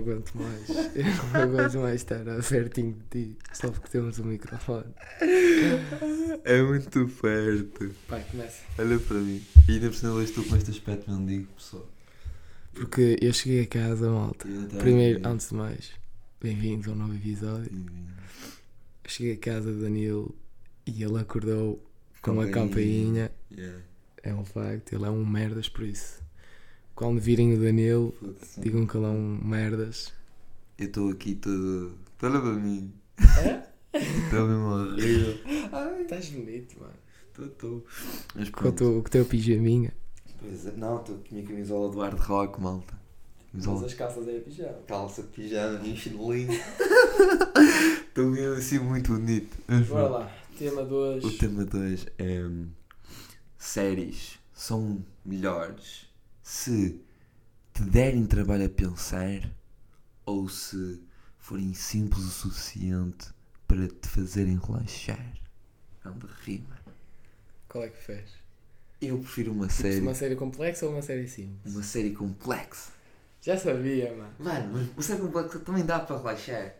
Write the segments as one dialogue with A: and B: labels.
A: gosto mais. Eu gosto mais de estar pertinho de ti, só porque temos um microfone.
B: É muito perto.
A: Pai, começa.
B: Olha para mim. E ainda por cima leste tu com este aspecto mendigo, pessoal.
A: Porque eu cheguei a casa, malta.
B: E ainda estás
A: Primeiro, ah.
B: a ver.
A: antes de mais, bem-vindos ao novo episódio.
B: tipo,
A: Cheguei a casa do Danilo e ele acordou com uma
B: Campainha.
A: campainha.
B: Yeah.
A: É um facto, ele é um merdas por isso. Quando virem o Danilo,
B: Foda-se.
A: digam que ele é um merdas.
B: Eu estou aqui todo. Olha para mim.
A: É?
B: Estou mesmo horrível.
A: Estás bonito, mano.
B: Estou, estou. Mas
A: Com o
B: pronto.
A: teu, com o teu pijaminha.
B: Pois é. Não, estou com a minha camisola do hard rock, malta. Camisola
A: calças é pijama.
B: calça, pijama, e um chinelinho. Estou mesmo assim muito bonito. Mas pronto.
A: lá, tema 2.
B: O tema 2 é hum, séries são melhores se te derem trabalho a pensar ou se forem simples o suficiente para te fazerem relaxar. É uma rima.
A: Qual é que fez?
B: Eu prefiro uma
A: Se
B: série,
A: Uma série complexa ou uma série simples?
B: uma série complexa.
A: Já sabia, mano.
B: Mano, mas uma série complexa também dá para relaxar.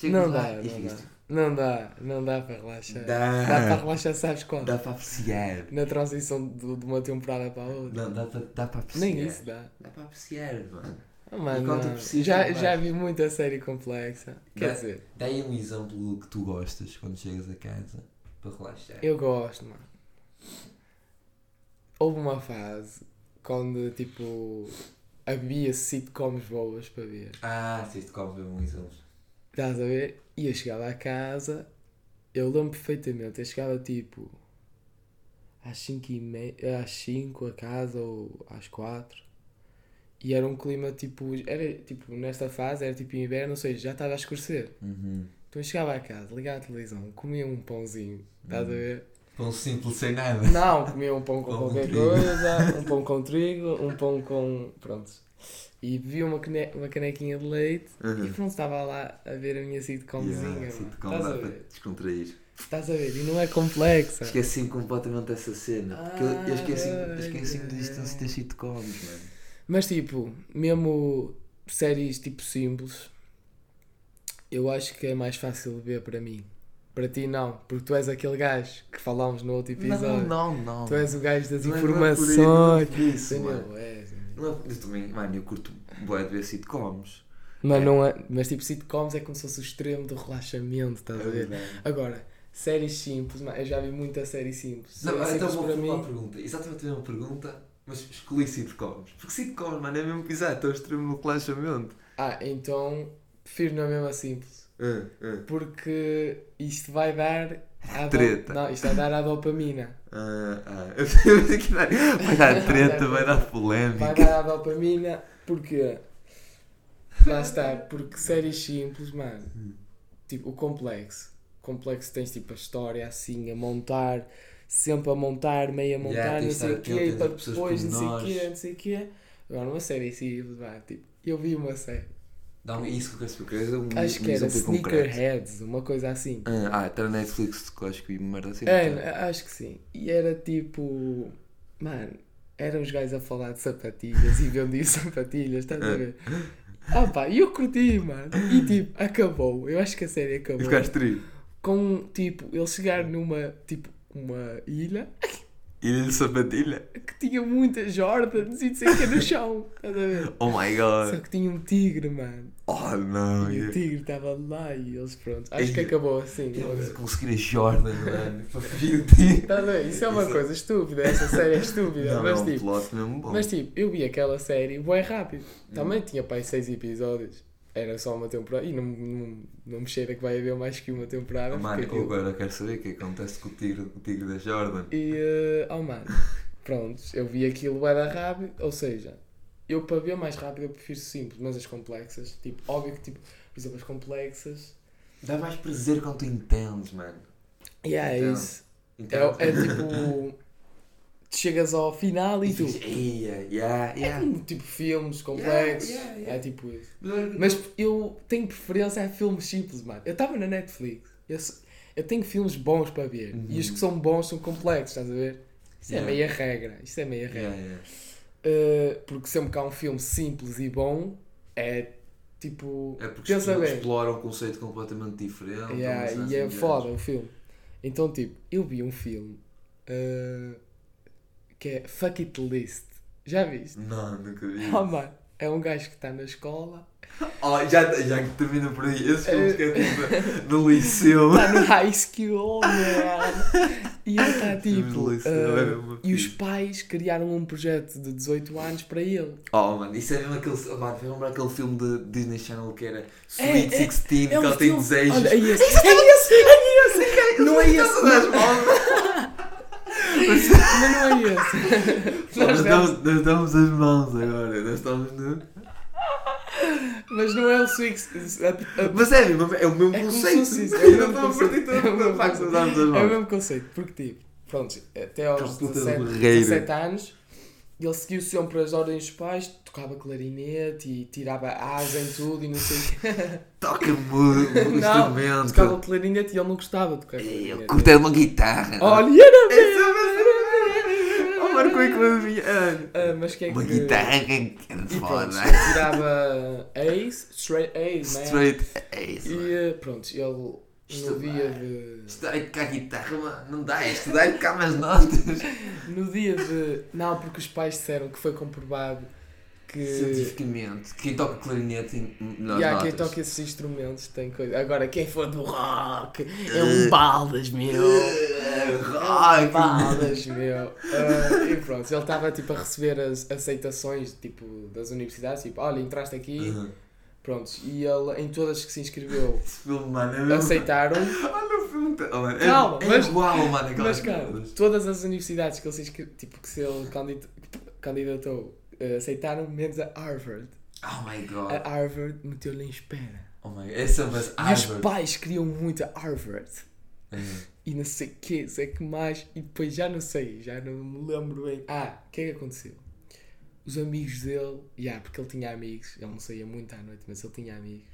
B: Chegas
A: Não
B: lá
A: dá,
B: e
A: não
B: ficas
A: dá. Não dá, não dá para relaxar.
B: Dá.
A: para relaxar, sabes quando?
B: tipo, Dá para apreciar.
A: Na transição do- de, uma temporada para a outra.
B: Não, dá para, dá para apreciar.
A: Nem isso dá.
B: Dá para apreciar, mano.
A: Ah, mano,
B: Enquanto
A: não.
B: precisas,
A: já,
B: não
A: já
B: vais.
A: vi muita série complexa. Quer
B: Dá-
A: dizer,
B: Dá aí um exemplo que tu gostas quando chegas a casa para relaxar.
A: eu gosto, mano. Houve uma fase quando, tipo, havia sitcoms boas para ver.
B: Ah, se isto come um exemplo.
A: Estás a ver? E eu chegava à casa, eu lembro perfeitamente, eu chegava tipo às 5 e meia, às 5 a casa ou às 4. E era um clima tipo, era tipo, nesta fase era tipo inverno, ou seja, já estava a escurecer.
B: Uhum.
A: Então eu chegava à casa, ligava a televisão, comia um pãozinho, estás a ver?
B: Pão simples sem nada.
A: Não, comia um pão com
B: Pão com
A: qualquer
B: trigo.
A: coisa, um pão com trigo, um pão com. pronto. E bebia uma, cane- uma canequinha de leite e pronto, estava lá a ver a minha sitcomzinha.
B: Uhum. Yeah,
A: mano.
B: sinto como
A: Estás a
B: dá para
A: ver?
B: descontrair.
A: Estás a ver? E não é complexa.
B: Esqueci-me completamente dessa cena. Porque eu- eu
A: Ah,
B: esqueci-me
A: doido.
B: esqueci do distância das sitcoms, mano.
A: Mas tipo, mesmo séries tipo simples, eu acho que é mais fácil de ver para mim. Para ti não, porque tu és aquele gajo que falámos no outro episódio.
B: Não, não, não.
A: Tu és o gajo das
B: Não é- não é por aí, não é
A: informações.
B: por isso,
A: Daniel,
B: mano.
A: és, Daniel.
B: Não é- Eu também, mano, eu curto bué de ver sitcoms.
A: Mas,
B: É.
A: não é, mas tipo, sitcoms é como se fosse o extremo do relaxamento,
B: É
A: estás a ver? Agora, séries simples, mano, eu já vi muita série simples.
B: Não,
A: Série
B: então
A: simples
B: vou
A: para
B: fazer uma
A: mim.
B: pergunta, exatamente a mesma pergunta, mas escolhi sitcoms. Porque sitcoms, mano, é mesmo pisar, estou extremo no relaxamento.
A: Ah, então prefiro na mesma simples.
B: Ah, ah,
A: Porque isto vai dar. À do-
B: Treta.
A: Não, isto vai dar à dopamina.
B: ah, ah. Eu sei que vai vai dar treta, vai dar
A: Vai
B: polémica.
A: dar à dopamina porque. Lá está, porque séries simples, mano.
B: Hum.
A: Tipo, o complexo. O complexo tens tipo a história assim, a montar, sempre a montar, meio a montar,
B: Yeah,
A: não
B: tens de
A: sei o
B: estar
A: quê,
B: atento
A: e
B: às
A: para
B: pessoas
A: depois, não sei o
B: pormenores.
A: quê, não sei o quê. Agora, uma série simples, vá, tipo, eu vi uma série.
B: Não, é isso que eu quero saber. quero um-
A: Acho
B: um
A: que era
B: exemplo concreto.
A: Sneakerheads, uma coisa assim.
B: Ah, ah, está na Netflix, que eu acho que vi merda assim.
A: É,
B: não tá?
A: acho que sim. E era tipo. Mano, eram os gajos a falar de sapatilhas e vendiam sapatilhas, estás
B: É.
A: a ver? Ah pá, e eu curti, mano. E tipo, acabou. Eu acho que a série
B: E
A: acabou.
B: ficaste triste.
A: Com tipo, eles chegaram numa. Tipo, uma ilha
B: Ilha de sapatilha.
A: que tinha muitas Jordans e não sei o que no chão, estás a ver?
B: Oh my
A: Só
B: god.
A: que tinha um tigre, mano.
B: Oh não.
A: E o
B: eu-
A: tigre estava lá e eles, pronto. Acho
B: E-
A: que acabou assim.
B: Temos de conseguir a Jordan, mano, para fugir de ti.
A: Tá bem, isso é uma coisa estúpida, essa série é estúpida,
B: Não, é
A: mas
B: um
A: tipo,
B: plot mesmo bom.
A: Mas tipo, eu vi aquela série bem rápido. Também tinha para aí seis episódios. Era só uma temporada. E não, não, não me cheira que vai haver mais que uma temporada.
B: Oh, Mano,
A: porque tipo,
B: eu
A: aquilo-
B: agora quero saber o que acontece com o tigre, o tigre da Jordan.
A: E eh, oh mano, pronto, eu vi aquilo bem rápido. Ou seja, eu para ver mais rápido eu prefiro simples, mas as complexas, tipo, óbvio que tipo, por exemplo, as complexas.
B: Dá mais prazer quando tu entendes, mano.
A: E é
B: Então,
A: isso. É, é tipo. Chegas ao final e tu.
B: Ia, ia,
A: É
B: ia.
A: como tipo filmes complexos.
B: Yeah, yeah,
A: É
B: yeah.
A: tipo isso. Mas eu tenho preferência a filmes simples, mano. Eu estava na Netflix. Eu, sou- eu tenho filmes bons para ver. E os que são bons são complexos, estás a ver? Isso
B: Uhum. Yeah.
A: é meia regra. Isso é meia regra. Eh,
B: Yeah, yeah.
A: Uh, porque sempre que há um filme simples e bom, é Tipo,
B: É porque
A: pensa
B: explo-
A: bem.
B: exploram um conceito completamente diferente.
A: Yeah,
B: uma cena
A: e é
B: assim do
A: foda
B: género.
A: o filme. Então, tipo, eu vi um filme uh, que é Fuck It List. Já viste?
B: Não, nunca vi.
A: Oh, mano, é um gajo que está na escola,
B: Oh, já, já que termina por aí. Esse filme
A: É.
B: que é tipo no liceu.
A: está no high school, mano. E ele está
B: Filmes
A: tipo.
B: de liceu, é
A: uh,
B: mesmo
A: e os
B: fixe.
A: pais criaram um projeto de 18 anos para ele.
B: Oh, mano, isso é mesmo aquele. Mano, fez lembrar aquele filme de Disney Channel que era Sweet
A: é-
B: 16, que
A: um
B: ela tem
A: filme-
B: desejos.
A: Olha, é esse, é esse, é esse. Não é esse,
B: Todas as mãos.
A: mas não é esse.
B: Nós damos, nós damos as mãos agora. Nós estamos no.
A: Mas não é o Swix. a- a-
B: Mas é, mesmo- é o mesmo
A: É como
B: conceito.
A: se fosse isso, é o
B: Eu não
A: mesmo
B: estou a perder
A: conceito. É o
B: todo
A: mesmo
B: o facto de
A: conceito.
B: darmos as
A: É o
B: mãos.
A: mesmo conceito, porque tipo, pronto, até aos
B: Aquela puta de
A: 17,
B: guerreiro.
A: 17 anos, ele seguiu sempre as ordens dos pais, tocava clarinete e tirava asa em tudo e não sei o quê.
B: Toca mu- um
A: Não, Tocava
B: instrumento.
A: clarinete e ele não gostava de tocar
B: Ei,
A: clarinete.
B: Eu curto é uma guitarra.
A: Olha, e era
B: É só mesmo. O Marco é que me vinha. ah,
A: Ah, mas que é
B: Uma
A: que...
B: guitarra que é
A: E pronto,
B: foda.
A: ele tirava ace, straight ace, man.
B: Straight Ace. é mano.
A: E eh, pronto, ele
B: Isto
A: no dia de...
B: Estudar é tocar guitarra, mano, não dá. Estudar é tocar mais notas.
A: No dia de... Não, porque os pais disseram que foi comprovado que...
B: Cientificamente, quem toca clarinete tem melhores
A: E há quem
B: notas.
A: toca esses instrumentos tem coisa. Agora, quem for do rock é
B: Eh.
A: um baldas, meu!
B: Ah, rock,
A: Baldas, meu! Ah, e pronto, ele estava tipo a receber as aceitações tipo, das universidades, tipo, olha, entraste aqui,
B: Uhum.
A: pronto. E ele, em todas que se inscreveu,
B: Esse filme, mano, é mesmo.
A: aceitaram,
B: Olha o filme. tá- Oh, mano, é-
A: Calma,
B: é
A: mas-
B: igual, mano, aquelas
A: mas cara,
B: merdas.
A: todas as universidades que ele se inscreveu, tipo, que se ele candid- candidatou, eh, aceitaram, menos a Harvard.
B: Oh my
A: A
B: god.
A: Harvard meteu-lhe em espera.
B: Oh my Essa, mas
A: E os
B: Harvard.
A: pais queriam muito a Harvard.
B: Uhum.
A: e não sei o que, sei que mais, e depois já não sei, já não me lembro bem. Ah, o que é que aconteceu? Os amigos dele, yeah, porque ele tinha amigos, ele não saía muito à noite, mas ele tinha amigos,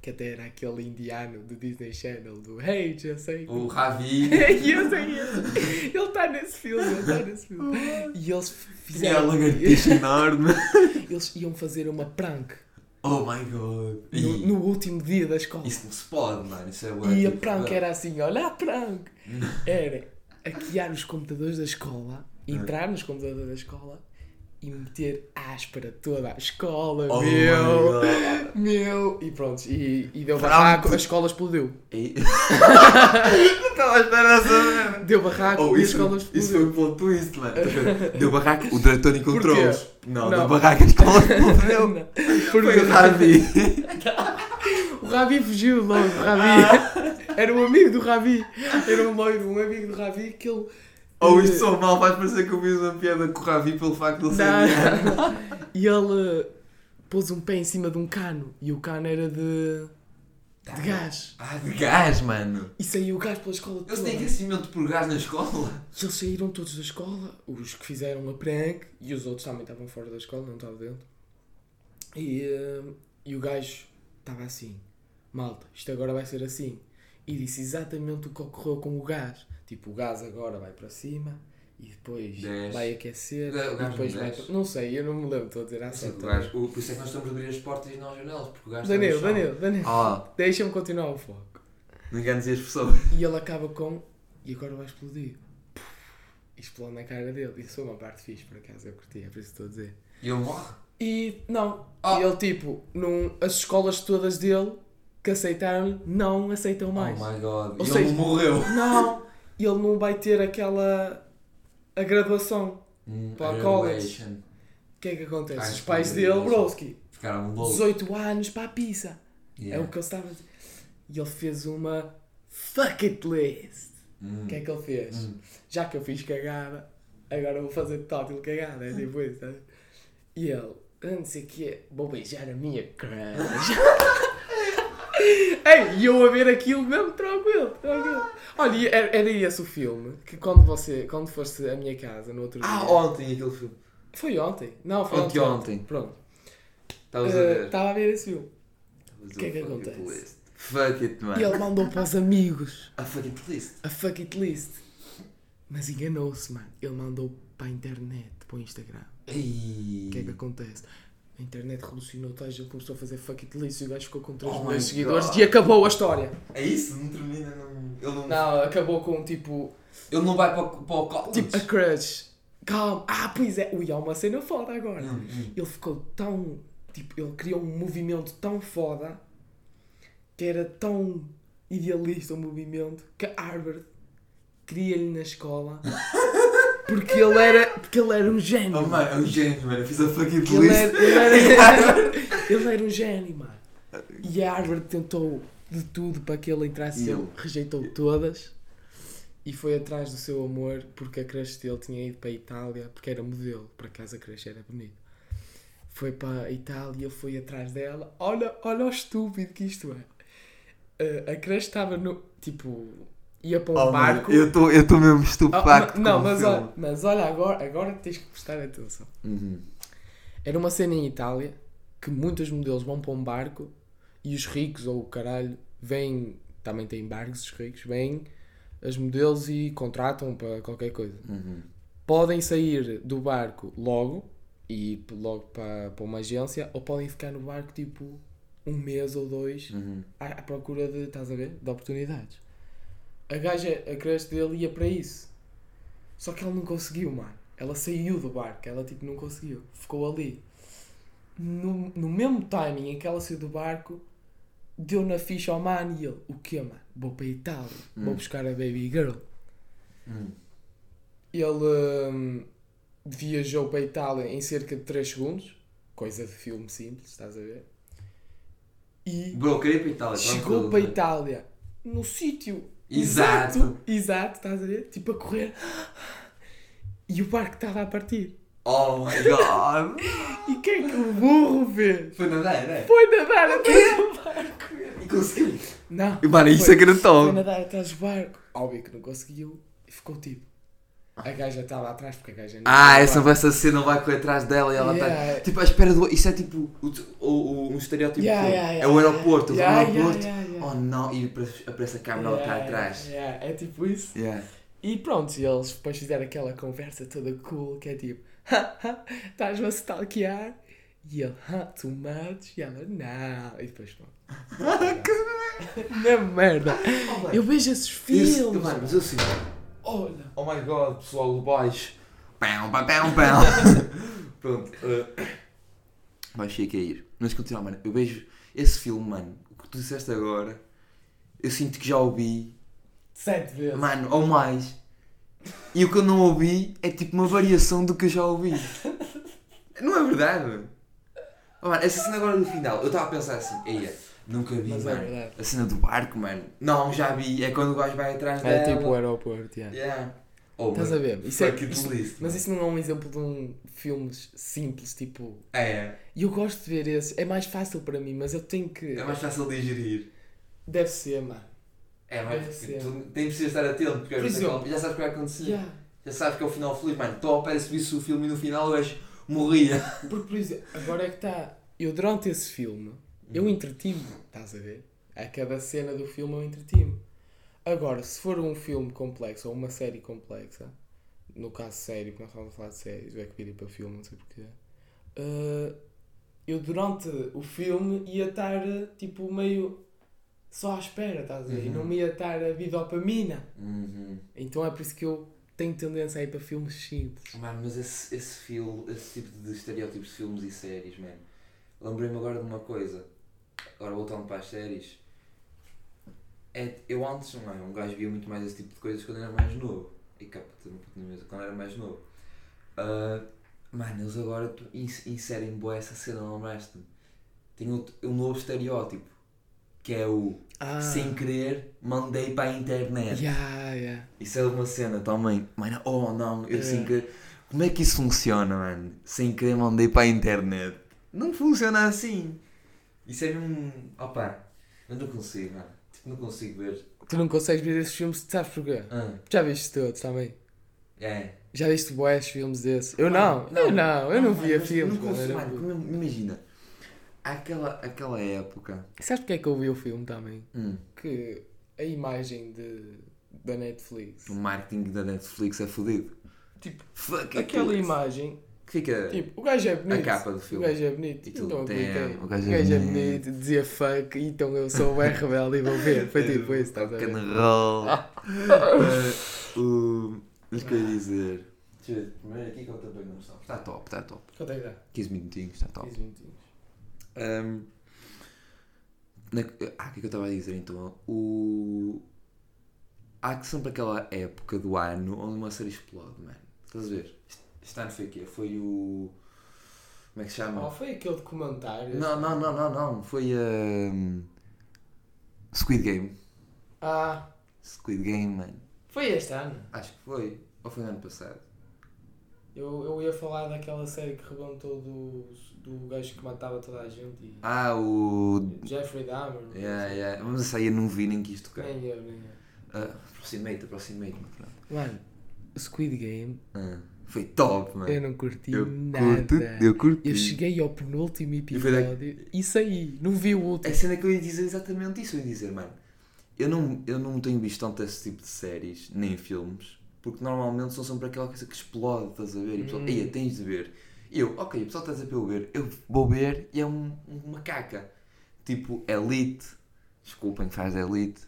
A: que até era aquele indiano do Disney Channel, do Hey, é já sei.
B: O Ravi.
A: E eu sei esse. é Ele está nesse filme, ele está nesse filme. E eles
B: Tinha a
A: fizeram. um
B: lagartixa enorme.
A: Eles iam fazer uma prank
B: Oh my god.
A: no,
B: Ih,
A: no último dia da escola.
B: Isso não se pode, mano. Isso é bué,
A: E a
B: tipo,
A: prank
B: não.
A: era assim, olha a prank. Era hackear os computadores da escola,
B: Ah.
A: entrar nos computadores da escola e meter áspera toda a escola,
B: Oh
A: meu.
B: my god.
A: Meu. E pronto, e, e deu
B: Pronto.
A: barraco, a escola explodiu.
B: E- Não estava a esperar essa merda.
A: Deu barraco
B: Oh,
A: e a
B: isso,
A: escola
B: foi-
A: explodiu.
B: isso foi um plot twist, mano. Deu barraca, o diretor encontrou-os. Não,
A: Não.
B: deu barraca, a escola explodiu.
A: Não,
B: Foi o
A: porque
B: Ravi.
A: o Ravi fugiu logo, o Ravi. Era um amigo do Ravi. Era um loiro, um amigo do Ravi que ele.
B: Ou isto Oh, só mal faz parecer que eu fiz uma piada com o Ravi pelo facto de ele ser indiano.
A: Não. e ele eh, pôs um pé em cima de um cano e o cano era de, de gás.
B: Ah, de gás, mano.
A: E saiu o gás pela escola toda.
B: Eles têm aquecimento por gás na escola.
A: E eles saíram todos da escola, os que fizeram a prank e os outros também estavam fora da escola, não estavam dentro. E, eh, e o gajo estava assim: malta, isto agora vai ser assim. E disse exatamente o que ocorreu com o gás. Tipo, o gás agora vai para cima e depois
B: Desce.
A: vai aquecer.
B: O gás
A: e
B: não
A: depois vai.
B: desce.
A: Não sei, eu não me lembro, estou a dizer à
B: Por
A: certa.
B: isso é que nós estamos a abrir as portas e não as janelas, porque o gás
A: Danilo, Danilo, Danilo.
B: um Ah,
A: Deixa-me continuar o foco.
B: não enganes as pessoas.
A: E ele acaba com. E agora vai explodir. E explode na cara dele. Isso foi uma parte fixe, por acaso, eu curti, é por isso que estou a dizer.
B: E ele morre.
A: E não.
B: Ah.
A: E ele, tipo, num, as escolas todas dele que aceitaram não aceitam mais.
B: Oh my god.
A: Ou
B: e
A: seja-
B: ele morreu.
A: não! Ele não vai ter aquela. a graduação.
B: Um
A: Para a college.
B: Graduation.
A: O que é que acontece?
B: Ah,
A: Os pais
B: isso é
A: dele,
B: isso.
A: Broski,
B: Ficaram loucos.
A: 18 anos para a pizza. É o que ele estava a dizer. E ele fez uma. Fuck it list!
B: Hum.
A: O que é que ele fez? Já que eu fiz cagada, agora vou fazer total cagada,
B: Hum.
A: é tipo isso, sabe? E ele, "Ah, não sei o quê, vou beijar a minha crush. Ei, e eu a ver aquilo mesmo tranquilo, tranquilo. Olha, e era, era esse o filme que quando você, quando foste à minha casa no outro
B: Ah,
A: dia.
B: ontem aquele filme.
A: Foi ontem? Não, foi ontem.
B: Anteontem.
A: Pronto. Eh,
B: Estavas a ver.
A: Estava a ver esse filme.
B: Estavas a
A: tá. que é que
B: ver fuck it
A: acontece?
B: list. Fuck it,
A: E
B: man.
A: ele mandou para os amigos.
B: A fuck it list.
A: a fuck it list. Mas enganou-se, mano. Ele mandou para a internet, para o Instagram. O que é que
B: Ei.
A: acontece? A internet revolucionou, tá? ele começou a fazer fuck it list e o gajo ficou com 3
B: Oh
A: milhões de
B: my
A: seguidores
B: God.
A: e acabou a história.
B: É isso? Não termina, não. Ele não,
A: Não, acabou com tipo.
B: Ele não vai para, o- para o college.
A: Tipo, a crush. Calma. Ah, pois é. Ui, há uma cena foda agora.
B: Hum, hum.
A: Ele ficou tão. Tipo, ele criou um movimento tão foda que era tão idealista o movimento que a Harvard queria-lhe na escola porque ele era, porque ele era um gênio.
B: Oh, mano, é um gênio, mano. Eu fiz a fucking
A: Ele
B: list.
A: era, ele, era, ele era um gênio, mano. E a Harvard tentou de tudo para que ele entrasse e
B: E
A: ele
B: ele-
A: rejeitou todas. E foi atrás do seu amor porque a crush dele tinha ido para a Itália, porque era modelo, por acaso a crush era bonita. Foi para a Itália, foi atrás dela. Olha, olha o estúpido que isto é. Ah, a crush estava no. Tipo, ia para um
B: Oh, mano,
A: barco.
B: eu tô- eu estou mesmo
A: Ah,
B: estupefacto.
A: ma- não,
B: com o
A: mas
B: filme.
A: olha, mas olha agora, agora tens que prestar atenção.
B: Uhum.
A: Era uma cena em Itália que muitos modelos vão para um barco e os ricos ou o caralho vêm, também têm barcos os ricos, vêm as modelos e contratam para qualquer coisa.
B: Uhum.
A: Podem sair do barco logo e ir logo para, para uma agência ou podem ficar no barco tipo um mês ou dois
B: Uhum.
A: à, à procura de, estás a ver, de oportunidades. A gaja, a crush dele ia para isso. Só que ela não conseguiu, mano. Ela saiu do barco, ela tipo não conseguiu. Ficou ali. No, no mesmo timing em que ela saiu do barco, deu na ficha ao mano e ele, o quê, mano? Vou para a Itália, vou buscar a baby girl.
B: Hum.
A: Ele hum, viajou para a Itália em cerca de 3 segundos, coisa de filme simples, estás a ver? E
B: Bro, queria é ir para a Itália.
A: Chegou
B: tranquilo,
A: para a
B: mano.
A: Itália no sítio
B: Exato.
A: exato, estás a ver? Tipo a correr e o barco estava a partir.
B: Oh my god.
A: E o que é que o burro fez?
B: Foi nadar, né?
A: Foi nadar atrás do barco.
B: E conseguiu.
A: Não,
B: Mano, isso
A: foi,
B: é grande
A: foi
B: tom.
A: nadar atrás do barco. Óbvio que não conseguiu e ficou tipo. A gaja estava atrás porque a gaja não
B: Ah,
A: estava
B: essa,
A: lá.
B: essa cena vai correr atrás dela e ela está.
A: Yeah.
B: Tipo, à espera do. Isso é tipo o, o, o- um estereótipo.
A: Yeah,
B: todo.
A: yeah,
B: é o
A: yeah,
B: aeroporto.
A: yeah.
B: vão ao
A: Yeah,
B: aeroporto.
A: yeah, yeah, yeah.
B: Oh não, e apare- aparece a câmera ela está
A: Yeah,
B: tá atrás.
A: yeah, yeah, É tipo isso.
B: Yeah.
A: E pronto, e eles depois fizeram aquela conversa toda cool, que é tipo, estás-me a stalkear? E ele, "Ha, too much? E ela, não. E depois, pronto. Na merda.
B: Oh, mano.
A: Eu vejo esses
B: Esse-
A: filmes.
B: mano, mas eu sinto.
A: Olha.
B: Oh my god, pessoal, o baixo. Pão, pão, pão, pão. Pronto. eh, Mas fica a ir. Mas continua, mano. Eu vejo esse filme, mano. O que tu disseste agora. Eu sinto que já ouvi
A: Sete vezes.
B: Mano, ou mais. E o que eu não ouvi é tipo uma variação do que eu já ouvi. Não é verdade? Oh, mano, essa cena agora do final, eu estava a pensar assim, eia, nunca vi,
A: Mas é
B: mano.
A: verdade.
B: a cena do barco, mano. Não, já vi, é quando o gajo vai atrás
A: É
B: dela.
A: tipo o aeroporto, yeah.
B: Yeah. Oh,
A: Estás a
B: mano,
A: ver? Isso é,
B: fuck it
A: isto-
B: list,
A: mas
B: mano.
A: isso não é um exemplo de um filmes simples, tipo...
B: É,
A: E eu gosto de ver esses. É mais fácil para mim, mas eu tenho que...
B: é mais fácil de digerir.
A: Deve ser, mano.
B: É,
A: Deve
B: mas
A: ser.
B: tu tem de estar atento, porque é
A: Por exemplo,
B: já sabes o que vai acontecer.
A: Yeah.
B: Já sabes que é o final feliz, mano. Estou ao pé de subir o filme e no final o gajo morria.
A: Porque, por exemplo, agora é que está. Eu, durante esse filme, eu entretive, estás a ver? A cada cena do filme eu entretive. Agora, se for um filme complexo ou uma série complexa, no caso sério, porque nós estamos a falar de séries, eu é que virei para filme, não sei porquê. eh, eu, durante o filme, ia estar, eh, tipo, meio só à espera, estás a ver? E
B: Uhum.
A: não me ia estar a videopamina.
B: Uhum.
A: Então é por isso que eu tenho tendência a ir para filmes simples.
B: Mano, mas esse, esse filme, esse tipo de estereótipos de filmes e séries, mano. Lembrei-me agora de uma coisa. Agora voltando para as séries. É, eu antes, não é? Um gajo via muito mais esse tipo de coisas quando era mais novo. E cá, puta, não puto na mesa, quando era mais novo. Ah, mano, eles agora tu- ins- inserem boa essa cena, lembraste-me? Tem outro- um novo estereótipo. Que é o
A: Ah,
B: sem querer, mandei para a internet.
A: Yeah, yeah.
B: Isso é uma cena também. Mano, oh não, eu
A: É.
B: sem querer. Como é que isso funciona, mano? Sem querer mandei para a internet. Não funciona assim. Isso é mesmo. Opa, eu não consigo, mano. Tipo, não consigo ver.
A: Tu não consegues ver esses filmes, sabes porquê?
B: Ah,
A: Já viste todos também?
B: é. Ah,
A: Já viste boés filmes desses? Eu não, eu não, eu não,
B: mano,
A: via
B: mas
A: filmes.
B: Não
A: quando
B: consigo,
A: era
B: mano,
A: puto.
B: como eu- imagina. Aquela, aquela época.
A: Sabes porque é que eu vi o filme também?
B: Hum,
A: Que a imagem de, da Netflix,
B: o marketing da Netflix é fodido.
A: Tipo,
B: fuck
A: aquela
B: aquilo.
A: imagem
B: que fica
A: Tipo, o gajo é bonito.
B: é a capa do
A: O
B: filme.
A: gajo é bonito.
B: E tu,
A: então
B: tem,
A: acreditei.
B: o gajo é bonito.
A: Dizia fuck, então eu sou bem rebelde e vou ver. Foi tipo isso, estás a
B: Rock
A: ver?
B: and roll. Eh, o- Mas o que eu ia dizer? Deixa eu ver, primeiro aqui quanto tempo é que nós estamos. Está top, está top.
A: Quanto é que dá?
B: 15 minutinhos, está top.
A: 15 minutinhos.
B: Ahm, na- ah, o que é que eu estava a dizer então? O... Há que sempre aquela época do ano onde uma série explode, mano. Estás a ver? Este- Este ano foi o quê? Foi o. Como é que se
A: Oh,
B: chama?
A: foi aquele documentário.
B: Não, não, não, não, não. Foi ahm, Squid Game.
A: Ah,
B: Squid Game, mano.
A: foi este ano.
B: Acho que foi. Ou foi no ano passado?
A: Eu, eu ia falar daquela série que rebentou do, do gajo que matava toda a gente e
B: Ah, o.
A: Jeffrey Dahmer.
B: Yeah, yeah. Mas isso aí eu não vi nem quis tocar.
A: Nem eu, nem eu.
B: Ah, aproximei-te, aproximei-te. meu caralho.
A: Mano, Squid Game,
B: Ah, foi top, mano.
A: eu não curti
B: Eu
A: nada.
B: curto, eu curti.
A: Eu cheguei ao penúltimo
B: E foi da-
A: episódio e saí, não vi o
B: A
A: último.
B: cena que eu ia dizer é exatamente isso, eu ia dizer, mano, eu não, eu não tenho visto tanto esse tipo de séries, nem filmes, porque normalmente são sempre aquela coisa que explode, estás a ver? E o pessoal,
A: Hum.
B: eia, tens de ver. E eu, ok, o pessoal está a dizer para eu ver, eu vou ver e é um, uma caca. Tipo, Elite, desculpem que faz Elite,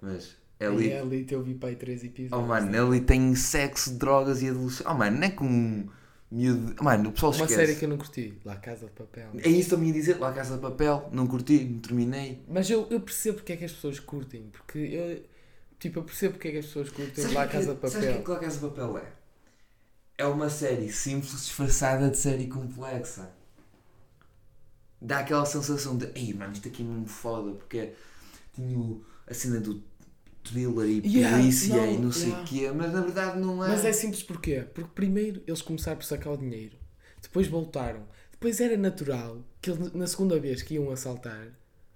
B: mas Elite,
A: É ali, eu vi para aí três
B: oh
A: episódios.
B: mano, Elite tem sexo, drogas e adolescência, oh mano, não é com miúdo, mano, o pessoal
A: Uma
B: esquece.
A: série que eu não curti, La Casa de Papel.
B: É isso também ia dizer, lá Casa de Papel, não curti, não terminei.
A: Mas eu, eu percebo porque é que as pessoas curtem, porque eu, tipo, eu percebo porque é que as pessoas curtem
B: Sabes
A: lá
B: que-
A: Casa de
B: Sabes o que é
A: Papel.
B: que La Casa de Papel é? É uma série simples disfarçada de série complexa. Dá aquela sensação de, ei mano, isto aqui não me foda, porque é- tinha o- a cena do thriller e
A: Yeah,
B: polícia e
A: não,
B: não sei o
A: yeah.
B: quê, mas na verdade não é.
A: Mas é simples porquê? Porque primeiro eles começaram por sacar o dinheiro, depois voltaram, depois era natural que eles, na segunda vez que iam assaltar,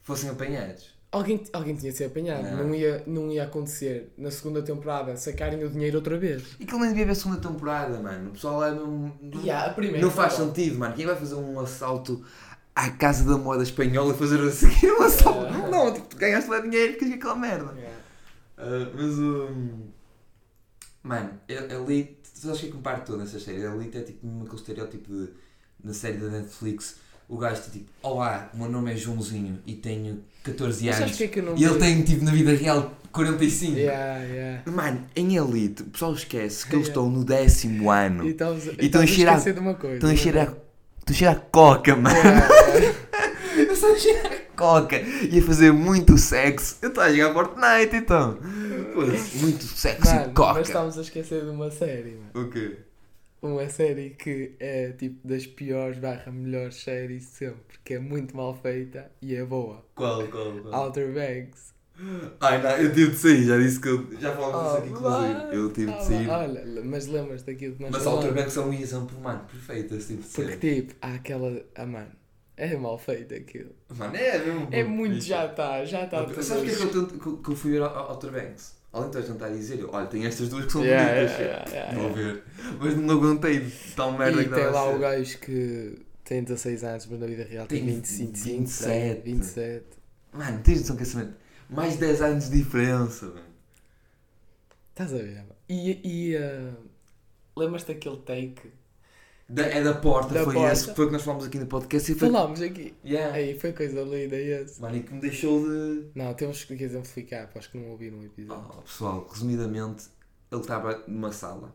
B: Fossem apanhados.
A: alguém, alguém tinha de ser apanhado.
B: Não.
A: Não. ia, não ia acontecer na segunda temporada sacarem o dinheiro outra vez.
B: E que nem devia haver segunda temporada, mano. O pessoal é mesmo. não-
A: Yeah, a primeira
B: não faz
A: tá bom.
B: sentido, mano. Quem vai fazer um assalto à Casa da Moeda Espanhola e fazer a seguir um assalto?
A: Yeah.
B: Não, tipo, tu ganhaste lá dinheiro e ficas com aquela merda.
A: Yeah.
B: Uh, mas o. mano, eu- ali. Tu sabes o que é que me parte toda nessa série? Ali é tipo mesmo aquele estereótipo de. Na série da Netflix, o gajo está tipo: Olá, o meu nome é Joãozinho e tenho 14
A: Mas sabes
B: anos.
A: porque é que eu não
B: E ele
A: vi?
B: tem tipo na vida real 45.
A: Yeah, yeah.
B: Mano, em Elite, o pessoal esquece que
A: Yeah.
B: eles estão no décimo ano.
A: E estamos
B: E estão a cheirar-
A: esquecer de uma coisa.
B: Estão a cheirar. Estão a cheirar coca, mano.
A: Yeah, yeah.
B: Eu só cheiro
A: É.
B: a coca e a fazer muito sexo. Eu estou a jogar Fortnite então. Foda-se, muito sexo
A: É. Mano,
B: e coca.
A: mas tá- estamos a esquecer de uma série, mano.
B: O quê?
A: Uma série que é tipo das piores barra melhores séries de sempre, que é muito mal feita e é boa.
B: Qual, qual, qual?
A: Outer Banks.
B: Ai não, eu tive de sair, já disse que eu. Já falámos
A: Oh,
B: disso aqui, inclusive.
A: mano.
B: Eu tive
A: Ah,
B: de sair.
A: Olha, mas lembras daquilo que nós
B: mas
A: falamos?
B: Outer Banks é um exemplo, mano, perfeito esse tipo de
A: Porque
B: série.
A: tipo, há aquela. Ah, mano, é mal feito aquilo.
B: Mano, é mesmo.
A: É muito,
B: bicho.
A: já está, já está. tudo
B: Sabes o que é que eu,
A: lixo.
B: tento- que eu- que eu fui ver ao- ao Outer Banks? Além de eu tentar dizer, eu, olha, tem estas duas que são
A: Yeah,
B: bonitas.
A: yeah, yeah,
B: Vou ver. Mas não aguentei de tal merda
A: e
B: que é
A: tem
B: estava a
A: lá
B: ser.
A: o gajo que tem 16 anos, mas na vida real tem,
B: Tem
A: 25,
B: 27.
A: 27. 27.
B: Mano, tens noção que esse man- Mais de 10 anos de diferença, mano.
A: Estás a ver? mano? E, e ah, lembras-te daquele take?
B: Da, é da porta,
A: Da
B: foi
A: porta. É
B: esse que foi que nós falámos aqui no podcast e foi.
A: Falámos aqui.
B: Yeah.
A: Aí foi coisa linda esse.
B: Mano, e que me deixou de.
A: Não, temos que um exemplificar para os que não ouviram o episódio.
B: Oh, pessoal, resumidamente, ele estava numa sala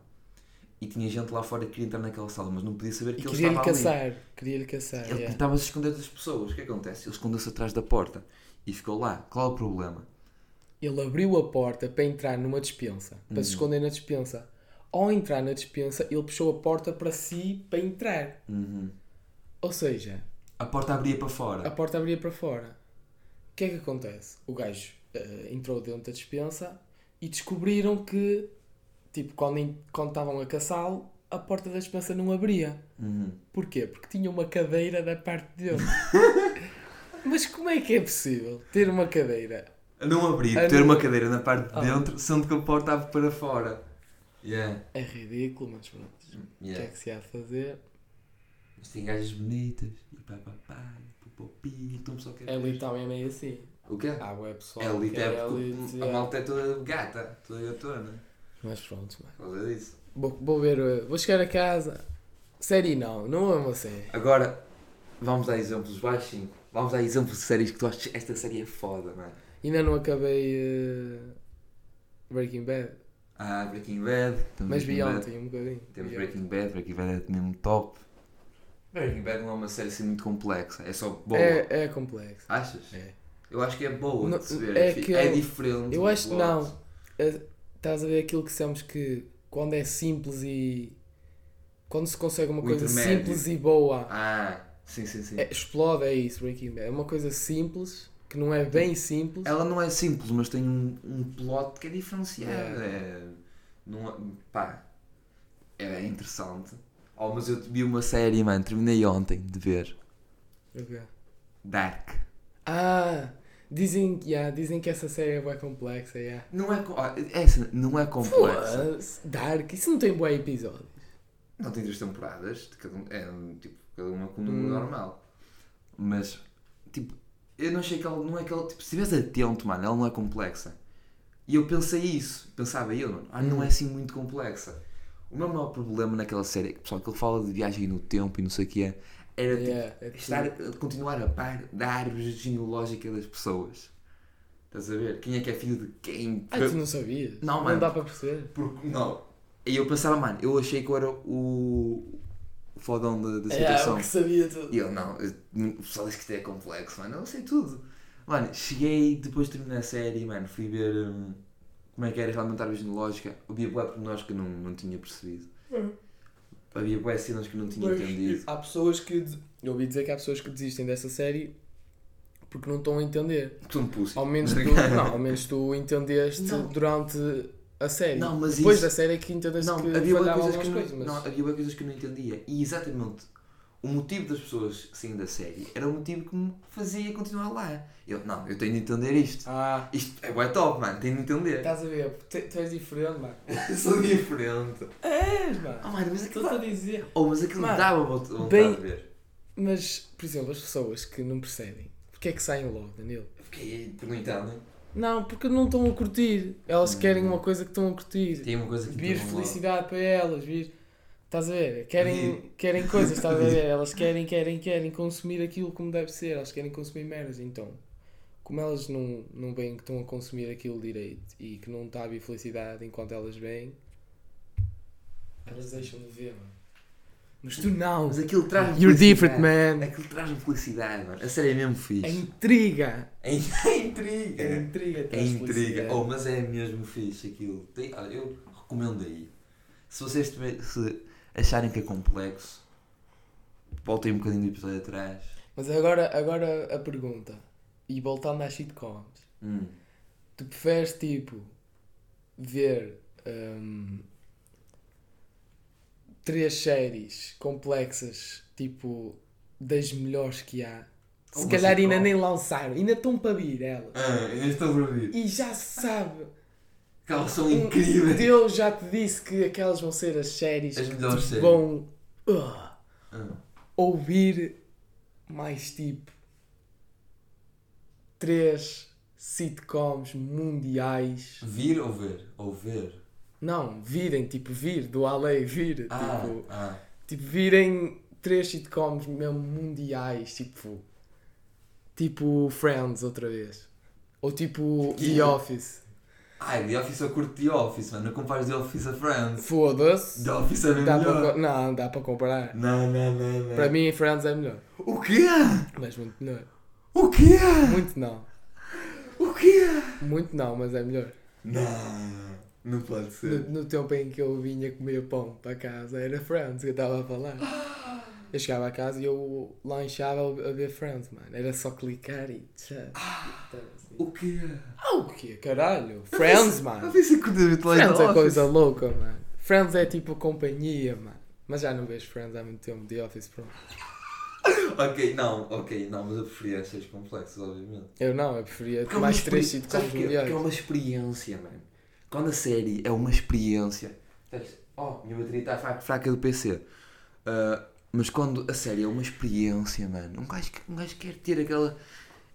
B: e tinha gente lá fora que queria entrar naquela sala, mas não podia saber
A: e
B: que ele
A: queria-lhe
B: estava ali.
A: caçar. Queria-lhe caçar.
B: Ele
A: yeah.
B: estava a se esconder das pessoas. O que acontece? Ele escondeu-se atrás da porta e ficou lá. Qual é o problema?
A: Ele abriu a porta para entrar numa despensa. Para
B: Hum.
A: se esconder na despensa. Ao entrar na despensa, ele puxou a porta para si para entrar.
B: Uhum.
A: Ou seja,
B: A porta abria para
A: a
B: fora.
A: porta abria para fora. O que é que acontece? O gajo eh, entrou dentro da despensa e descobriram que, tipo, quando en- quando estavam a caçá-lo, a porta da despensa não abria.
B: Uhum.
A: Porquê? Porque tinha uma cadeira da parte dele. Mas como é que é possível ter uma cadeira?
B: Não abrir,
A: Ah,
B: ter
A: não- Ah.
B: uma cadeira na parte de dentro, sendo que a porta abre para fora. Yeah.
A: É ridículo, mas pronto. O que é
B: Yeah.
A: que se há a fazer?
B: Mas tem gajas bonitas e pá pá pá, pá, pá, pá, então só quer.
A: Elite também é meio assim.
B: O quê?
A: Há web pessoal.
B: Elite
A: que é
B: é
A: elite,
B: porque a
A: é.
B: malta é toda gata, toda gatona,
A: Mas pronto, mano.
B: por causa disso.
A: Vou, vou ver, eh, vou chegar a casa, Série não, não é uma série.
B: Agora, vamos dar exemplos baixinho. Vamos dar exemplos de séries que tu achas. Esta série é foda, mano.
A: Ainda não acabei eh, Breaking Bad,
B: Ah, Breaking Bad. Temos
A: mas
B: Breaking
A: vi
B: Bad.
A: ontem um bocadinho.
B: Temos
A: Vi
B: Breaking Bad, Breaking Bad é mesmo top. Breaking Bad não é uma série assim muito complexa, é só
A: ontem.
B: boa.
A: É, é complexo.
B: Achas?
A: É.
B: Eu acho que é boa
A: Não,
B: de se ver.
A: é
B: É, fi-
A: que
B: é
A: eu-
B: diferente.
A: eu
B: do
A: acho-
B: Blood.
A: não. É, Estás a ver aquilo que dissemos que quando é simples e. Quando se consegue uma
B: O
A: coisa
B: intermédio.
A: simples e boa,
B: Ah, sim, sim, sim.
A: é- explode, é isso, Breaking Bad. É uma coisa simples, que não é bem simples.
B: Ela não é simples, mas tem um, um plot que é diferenciado.
A: É.
B: É, não, é- pá, é interessante. Oh, mas eu vi uma série, mano, terminei ontem de ver.
A: Ok.
B: Dark.
A: Ah, dizem, yeah, dizem que essa série é bem complexa, yeah.
B: Não é, co- ó, essa não é complexa.
A: Foda-se, Dark, isso não tem bom episódio.
B: Não tem três temporadas, de cada um- é um, tipo, cada uma com um
A: Hum.
B: número normal. Mas, tipo, eu não achei que ela, não é que ela, tipo, se estivesse atento, mano, ela não é complexa. E eu pensei isso, pensava eu, mano, ah, não é assim muito complexa. O meu maior problema naquela série, é que, pessoal, que ele fala de viagem no tempo e não sei o que é, era
A: Yeah, é
B: tipo, estar, continuar a par da árvore genealógica das pessoas. Estás a ver? Quem é que é filho de quem?
A: Ah, tu não sabias?
B: Não, mano.
A: dá para perceber?
B: Porque não. E eu pensava, mano, eu achei que eu era o, o fodão da, da
A: É,
B: situação.
A: o que sabia tudo.
B: E eu, não, eu- o pessoal diz que isto é complexo, mano, eu sei tudo. Mano, cheguei, depois de terminar a série, mano, fui ver hum, como é que era realmente a árvore genealógica. Havia bué pormenores que eu não, não tinha percebido.
A: Hum.
B: Havia bué cenas que eu não tinha
A: Mas
B: entendido.
A: Há pessoas que. des- Eu ouvi dizer que há pessoas que desistem dessa série porque não estão a entender.
B: Tu me pusses.
A: Ao menos tu, não, ao menos tu entendeste
B: Não.
A: durante a série.
B: Não, mas
A: Depois
B: isso-
A: da série é que entendeste
B: Não,
A: que
B: havia bué
A: falhavam
B: coisas
A: algumas
B: que eu não,
A: coisas, mas...
B: não, havia bué coisas que eu não entendia. E exatamente o motivo das pessoas saírem da série era o motivo que me fazia continuar lá. Eu, não, eu tenho de entender isto.
A: Ah,
B: Isto é bué top, mano, tenho de entender.
A: estás a ver? Tu, tu és diferente, mano.
B: Sou diferente.
A: És,
B: Oh,
A: mano.
B: mano, mas
A: Estou-te a
B: aquilo,
A: dizer.
B: oh, mas aquilo
A: Mano,
B: dava vo- vontade
A: bem-
B: de ver.
A: Mas, por exemplo, as pessoas que não percebem, porque é que saem logo, Danilo?
B: Fiquei perguntando.
A: Não, porque não estão a curtir. Elas querem uma coisa que estão a curtir.
B: Tinha uma coisa que
A: Vir
B: não-
A: felicidade para elas, vir. Estás a ver? Querem, querem coisas, estás a ver? Elas querem, querem, querem consumir aquilo como deve ser. Elas querem consumir merdas. Então, como elas não, não veem que estão a consumir aquilo direito e que não está a haver felicidade enquanto elas veem, elas deixam de ver, mano. Mas tu não.
B: Mas aquilo traz
A: You're different, man.
B: Aquilo traz-me felicidade, mano. A série é mesmo
A: A
B: fixe.
A: intriga.
B: É, é intriga.
A: É intriga,
B: É
A: traz
B: intriga.
A: felicidade.
B: Oh, mas é mesmo fixe aquilo. Tem- olha, eu recomendo aí. Se vocês tiver- se acharem que é complexo, voltem um bocadinho do episódio atrás.
A: Mas agora, agora a pergunta, e voltando às sitcoms,
B: Hum.
A: tu preferes tipo ver hum, três séries complexas, tipo das melhores que há?
B: Ou
A: Se
B: uma
A: calhar ainda
B: sitcom.
A: nem lançaram, ainda estão para vir elas.
B: Ah, ainda estou a ouvir.
A: E já se sabe,
B: Que elas são
A: um-
B: incríveis.
A: Deus já te disse que aquelas vão ser as séries
B: As
A: que
B: melhores
A: te
B: séries.
A: vão ah,
B: Ah,
A: ouvir mais tipo três sitcoms mundiais.
B: vir ou ver? Ou ver.
A: Não, virem, tipo vir, do além vir,
B: Ah,
A: tipo,
B: ah.
A: tipo virem três sitcoms mesmo mundiais, tipo tipo Friends outra vez. Ou tipo
B: Que-
A: The Office.
B: Ai, The Office eu curto The Office, mano. Não compares The Office a Friends.
A: Foda-se.
B: The Office é bem
A: Dá pra
B: melhor.
A: co- Não, dá para comparar.
B: Não, não, não, não.
A: Para mim Friends é melhor,
B: O quê?
A: mas muito melhor.
B: O quê?
A: Muito não.
B: O quê?
A: Muito não, mas é melhor.
B: Não, não pode
A: No,
B: ser.
A: no tempo em que eu vinha comer pão para casa, era Friends que eu estava a falar. Eu chegava a casa e eu lanchava a ver Friends, mano. Era só clicar e tchau. Estava assim.
B: O quê?
A: Ah, o quê? Caralho? Friends,
B: Eu
A: mano.
B: pensei que o David Lloyd
A: Friends é
B: Office.
A: coisa louca, mano. Friends é tipo companhia, mano. Mas já não vejo Friends há muito tempo. The Office, pronto.
B: Ok, não, ok, não, mas eu preferia as séries complexas, obviamente.
A: Eu não, eu preferia
B: é uma
A: mais três
B: experi-
A: sitcoms
B: sabes porquê? Porque é
A: mundiais.
B: uma experiência, mano. Quando a série é uma experiência. sabes? Oh, minha bateria está fraca, fraca do PC. Ah, mas quando a série é uma experiência, mano, um gajo, um gajo quer ter aquela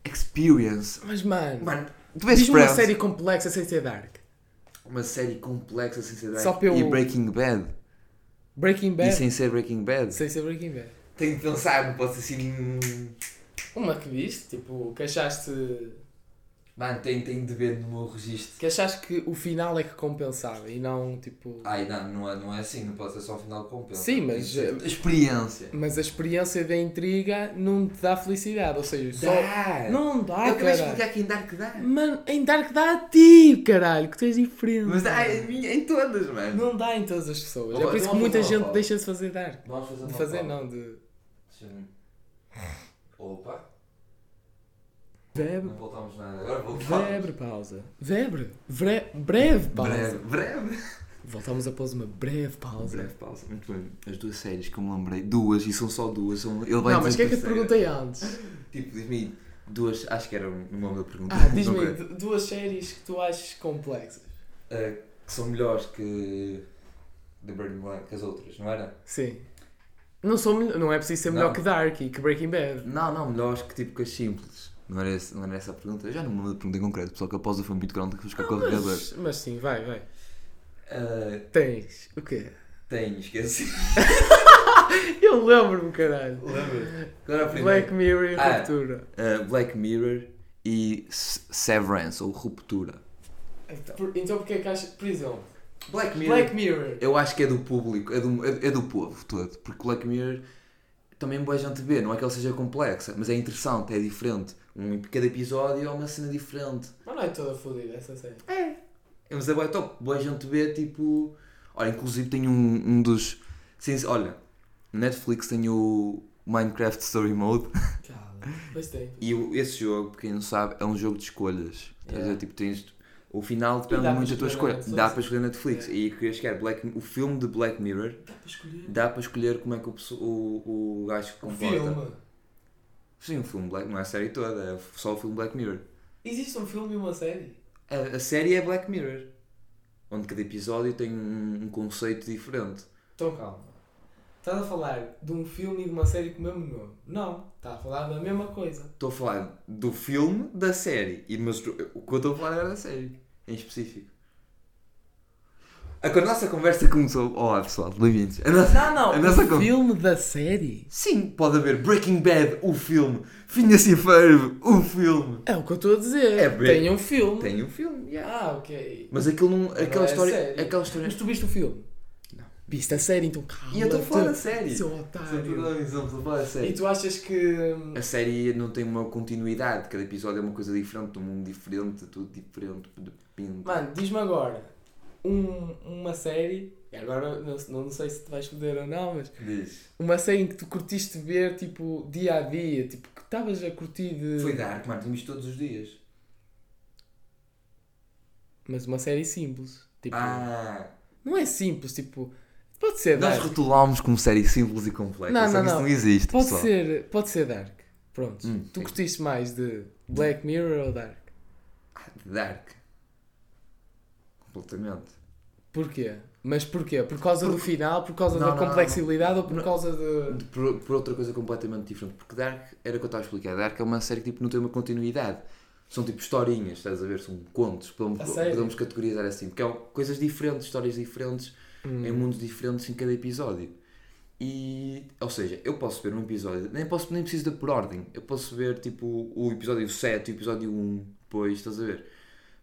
B: experience.
A: Mas, mano,
B: Mano, tu vês
A: diz-me uma
B: Friends,
A: série complexa sem ser dark.
B: uma série complexa, sem ser dark,
A: Só pelo-
B: e Breaking Bad.
A: Breaking
B: E
A: Bad.
B: sem ser Breaking Bad.
A: Sem ser Breaking Bad.
B: Tenho de pensar, não posso assim. hum,
A: Uma que viste, tipo, que achaste
B: Mano, tenho, tenho de ver no meu registro.
A: que, achaste que o final é que compensava e não tipo.
B: Ai, não, não é, não é assim, não pode ser só o final compensa.
A: Sim, mas- eh,
B: Tem que ser é Experiência.
A: Mas a experiência da intriga não te dá felicidade, ou seja, só.
B: Dá!
A: Não dá,
B: eu acabei de
A: caralho.
B: explicar que em Dark dá.
A: Mano, em Dark dá a ti, caralho, que tu és diferente.
B: Mas dá é- em, mim- em todas, mano.
A: Não dá em todas as pessoas.
B: Opa,
A: é por isso
B: então
A: que
B: vamos
A: muita
B: fazer uma
A: gente
B: pausa.
A: deixa-se fazer Dark.
B: Vamos fazer
A: De
B: uma
A: fazer,
B: pausa.
A: não, de.
B: Deixa-me- Opa,
A: Breve,
B: não voltamos nada. Agora voltamos.
A: breve pausa. Breve, breve, breve pausa.
B: Breve, breve.
A: Voltamos após uma breve pausa.
B: Breve pausa. Muito bem. As duas séries que eu me lembrei, duas, e são só duas. São... Ele vai
A: Não, mas o que
B: dizer
A: é que eu te
B: terceira.
A: perguntei antes?
B: Tipo, diz-me duas, acho que era o nome da pergunta.
A: Ah,
B: Não
A: diz-me
B: é?
A: du- duas séries que tu achas complexas.
B: Ah, que são melhores que The Burning Black, que as outras, não era?
A: Sim. Não, sou, melhor- não é preciso ser melhor
B: Não.
A: que Dark e que Breaking Bad.
B: Não, não, melhores que tipo que as simples. Não era, esse- não era essa a pergunta. Eu já não me lembro da pergunta em concreto, pessoal que a pausa foi muito grande que buscar com o carregador.
A: Mas, mas sim, vai, vai.
B: Ah,
A: Tens. O quê?
B: tenho, esqueci.
A: Eu lembro-me, caralho.
B: Lembra? Qual era a primeira?
A: Black Mirror e
B: Ah.
A: Ruptura.
B: Uh, Black Mirror e S- Severance, ou Ruptura.
A: Então, por, então porquê que achas. Por exemplo,
B: Black
A: Black Mirror.
B: Eu acho que é do público, é do, é, é do povo todo. Porque Black Mirror também boa gente vê, não é que ele seja complexa, mas é interessante, é diferente. Um, cada episódio é uma cena diferente.
A: Mas não é toda fodida essa série.
B: É, Mas é boa top, boa gente vê, tipo... Olha, inclusive tem um, um dos... Sim, olha, Netflix tem o Minecraft Story Mode.
A: Calma. Pois tem.
B: E o- esse jogo, para quem não sabe, é um jogo de escolhas. Estás a ver?
A: Yeah.
B: Tipo, tens. O final
A: E
B: depende
A: dá
B: muito
A: para
B: da tua
A: escolher na
B: escolha.
A: Netflix.
B: Dá para escolher na Netflix.
A: Yeah.
B: E eu queria chegar. Black, o filme de Black Mirror
A: Dá para escolher.
B: dá para escolher como é que o, perso- o, o gajo se
A: O
B: comporta.
A: um filme.
B: Sim, o filme Black. Não é a série toda, é só o filme Black Mirror.
A: Existe um filme e uma série?
B: A, a série é Black Mirror. Onde cada episódio tem um, um conceito diferente.
A: Então calma. Estás a falar de um filme e de uma série com o mesmo nome? Não. Estás a falar da mesma coisa.
B: Estou a falar do filme, da série. E, mas o que eu estou a falar era da série, em específico. A, a nossa conversa começou. Olá pessoal, bem-vindos. A nossa-
A: Não, não.
B: A nossa
A: o
B: con-
A: Um filme da série?
B: Sim, pode haver Breaking Bad, o filme. Phineas e Ferb, o filme.
A: É o que eu estou a dizer.
B: É bem-
A: Tem um filme.
B: Tem um filme, yeah.
A: Ah, ok.
B: Mas aquilo não. Aquela
A: é
B: história.
A: série.
B: Aquela história. é
A: Mas tu viste o filme?
B: Não.
A: Viste a série, então calma.
B: E eu estou a falar da
A: tu-
B: série.
A: Seu
B: Estou
A: otário.
B: a dar um exemplo, estou a falar da
A: E
B: série.
A: tu achas que...
B: A série não tem uma continuidade, cada episódio é uma coisa diferente, um mundo diferente, tudo diferente, depende.
A: Mano, diz-me agora. um- uma série... e Agora não, não sei se te vais foder ou não, mas...
B: Diz.
A: Uma série em que tu curtiste ver, tipo, dia a dia. Tipo, que estavas a curtir de...
B: Foi Dark, mano, tínhamos todos os dias.
A: Mas uma série simples. Tipo,
B: Ah,
A: não é simples, tipo... Pode ser
B: nós
A: Dark.
B: rotulámos como série simples e complexa.
A: Não,
B: só
A: não,
B: que isso
A: não.
B: não existe,
A: Pode
B: pessoal.
A: ser, pode ser Dark. Pronto.
B: Hum,
A: tu
B: sim.
A: curtiste mais de Black Mirror ou Dark?
B: Ah, Dark. Completamente.
A: Porquê? Mas porquê? Por causa do final, por causa
B: Não,
A: da
B: não, não,
A: complexibilidade ou por
B: Não.
A: causa de.
B: De- Por, por outra coisa completamente diferente. Porque Dark, era o que eu estava a explicar, Dark é uma série que tipo, não tem uma continuidade. São tipo historinhas, estás a ver? São contos. Podemos,
A: A sério?
B: podemos categorizar assim. Porque é coisas diferentes, histórias diferentes,
A: Hum.
B: em mundos diferentes em cada episódio. E, ou seja, eu posso ver um episódio, nem, posso, nem preciso de por ordem, eu posso ver tipo o episódio 7, o episódio 1, depois, estás a ver?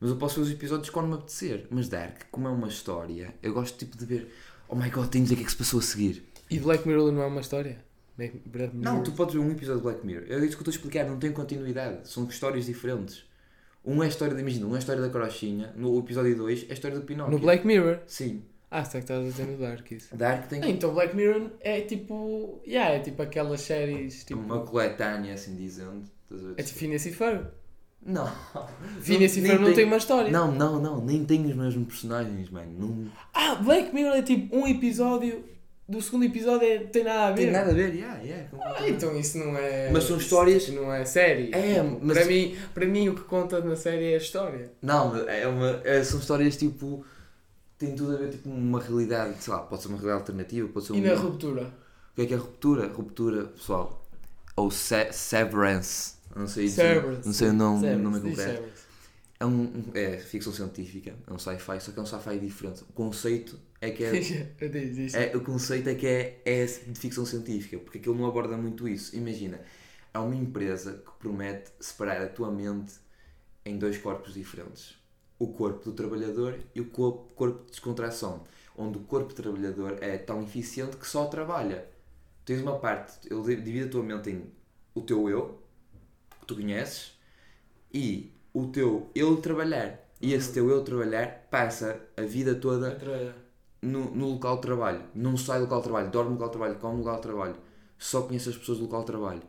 B: Mas eu posso ver os episódios quando me apetecer. Mas Dark, como é uma história, eu gosto tipo de ver, oh my god, tenho de ver o que é que se passou a seguir.
A: E Black Mirror não é uma história? Black Black Mirror.
B: Não, tu podes ver um episódio de Black Mirror. É isso que eu estou a explicar, não tem continuidade. São histórias diferentes. Um é a história da Imagina, um é a história da Corochinha. No episódio 2 é a história do Pinóquio.
A: No Black Mirror?
B: Sim.
A: Ah, está que estás a dizer no Dark isso.
B: Dark tem
A: Então Black Mirror é tipo. Yeah, é tipo aquelas séries tipo.
B: uma coletânea, assim dizendo. Estás a ver?
A: É tipo Phineas e Ferb.
B: Não.
A: Phineas e
B: nem
A: Ferb não tem uma história.
B: Não, não, não. Nem tem os mesmos personagens, mano. Não
A: Ah, Black Mirror é tipo um episódio. Do segundo episódio é- tem nada a ver.
B: tem nada a ver. Yeah, yeah, completamente.
A: Ah, então isso não é.
B: Mas são histórias-
A: Isso não é série.
B: É,
A: Tipo,
B: mas-
A: para, mim, para mim o que conta na série é a história.
B: Não, é uma, é- são histórias tipo. Tem tudo a ver tipo uma realidade, sei lá, pode ser uma realidade alternativa, pode ser
A: E
B: um-
A: na ruptura?
B: O que é que é ruptura? Ruptura, pessoal. Ou se- severance. Não sei, dizer-
A: Severance.
B: Não sei o nome, é o nome
A: Severance, diz
B: concreto.
A: Severance.
B: É, um, um- é ficção científica, é um sci-fi, só que é um sci-fi diferente. O conceito é que é.
A: Diz isto.
B: é- o conceito é que é, é de ficção científica, porque aquilo não aborda muito isso. Imagina, há uma empresa que promete separar a tua mente em dois corpos diferentes: o corpo do trabalhador e o corpo, corpo de descontração. Onde o corpo trabalhador é tão eficiente que só trabalha. Tens uma parte, ele divide a tua mente em o teu eu, que tu conheces, e o teu eu trabalhar. E esse teu eu trabalhar passa a vida
A: é
B: toda no, no local de trabalho, não sai do local de trabalho, dorme no local de trabalho, come no local de trabalho, só conhece as pessoas do local de trabalho.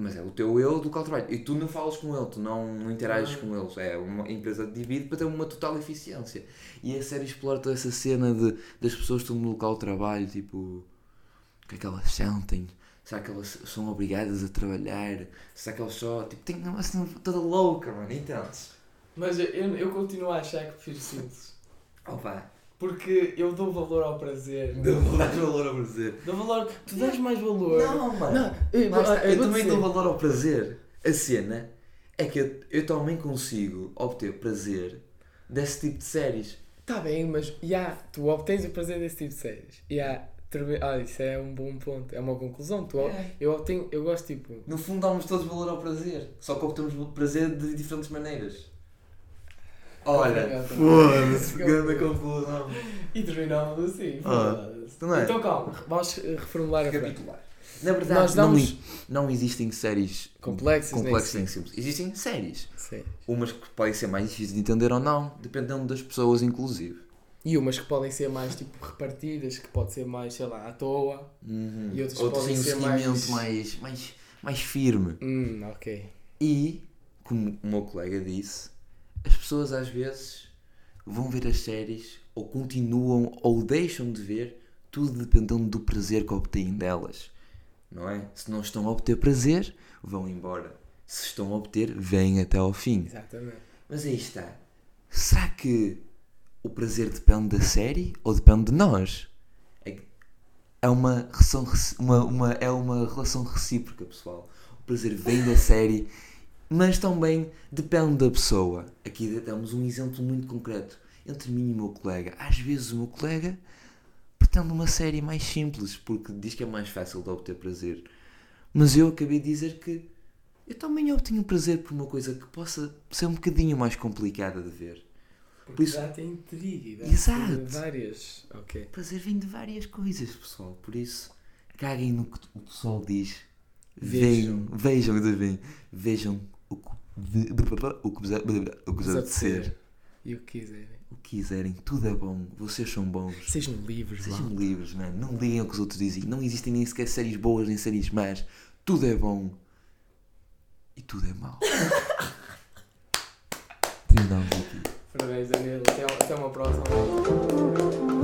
B: Mas é o teu eu do local de trabalho. E tu não falas com ele, tu não, não interages com eles. É uma empresa de divide para ter uma total eficiência. E a série explora toda essa cena de, das pessoas que estão no local de trabalho, tipo, o que é que elas sentem? Será que elas são obrigadas a trabalhar? Será que elas só. Tipo, tem uma cena toda louca, mano, entendes?
A: Mas eu, eu, eu continuo a achar que prefiro simples.
B: Opa,
A: Porque eu dou valor ao prazer.
B: deu valor ao prazer.
A: Dou valor. Tu dás mais valor.
B: Não, mano.
A: Não, eu,
B: Lá está,
A: eu
B: eu
A: vou
B: também
A: dizer.
B: dou valor ao prazer. A cena é que eu, eu também consigo obter prazer desse tipo de séries.
A: Tá bem, mas já, tu obtens o prazer desse tipo de séries. Já, termi- olha, isso é um bom ponto, é uma conclusão. Tu, ob-
B: É.
A: Eu obtenho, eu gosto tipo.
B: No fundo, damos todos valor ao prazer. Só que obtemos prazer de diferentes maneiras. Olha,
A: Obrigado.
B: foda-se, grande conclusão.
A: E terminamos assim.
B: Ah,
A: foda-se.
B: não é?
A: Então calma, vamos eh, reformular a frase.
B: Recapitular. Na verdade,
A: Nós
B: não,
A: damos-
B: i- não existem séries
A: Complexas, nem assim.
B: complexas nem simples. Existem séries.
A: Sim.
B: Umas que podem ser mais difíceis de entender ou não, dependendo das pessoas, inclusive.
A: E umas que podem ser mais tipo repartidas, que pode ser mais, sei lá, à toa.
B: Uhum.
A: E outras
B: Outros
A: podem
B: têm um
A: ser mais-
B: seguimento mais... Mais, mais firme.
A: Hum, ok.
B: E, como o meu colega disse, as pessoas às vezes vão ver as séries ou continuam ou deixam de ver, tudo dependendo do prazer que obtêm delas. Não é? Se não estão a obter prazer, vão embora. Se estão a obter, vêm até ao fim.
A: Exatamente.
B: Mas aí está. Será que o prazer depende da série ou depende de nós? É, que- é uma, relação, reci- uma, uma- é uma relação recíproca, pessoal. O prazer vem da série, mas também depende da pessoa. Aqui damos um exemplo muito concreto. Entre mim e o meu colega. Às vezes o meu colega pretende uma série mais simples, porque diz que é mais fácil de obter prazer. Mas eu acabei de dizer que eu também obtenho prazer por uma coisa que possa ser um bocadinho mais complicada de ver.
A: Porque
B: Por isso-
A: já tem intriga. dá
B: Exato.
A: para Várias. Ok.
B: O prazer vem de várias coisas, pessoal. Por isso, caguem no que o pessoal diz. Vejam, vejam, ainda bem. Vejam o que, de- de- o que vos a- o que vos apetecer.
A: E o que quiserem.
B: O que quiserem, tudo é bom. Vocês são bons.
A: Sejam livres,
B: Sejam livres, mano. Não liguem ao que os outros dizem. Não existem nem sequer séries boas nem séries más. Tudo é bom. E tudo é mau. Terminamos aqui. um
A: Parabéns, Danilo. Até, até uma próxima.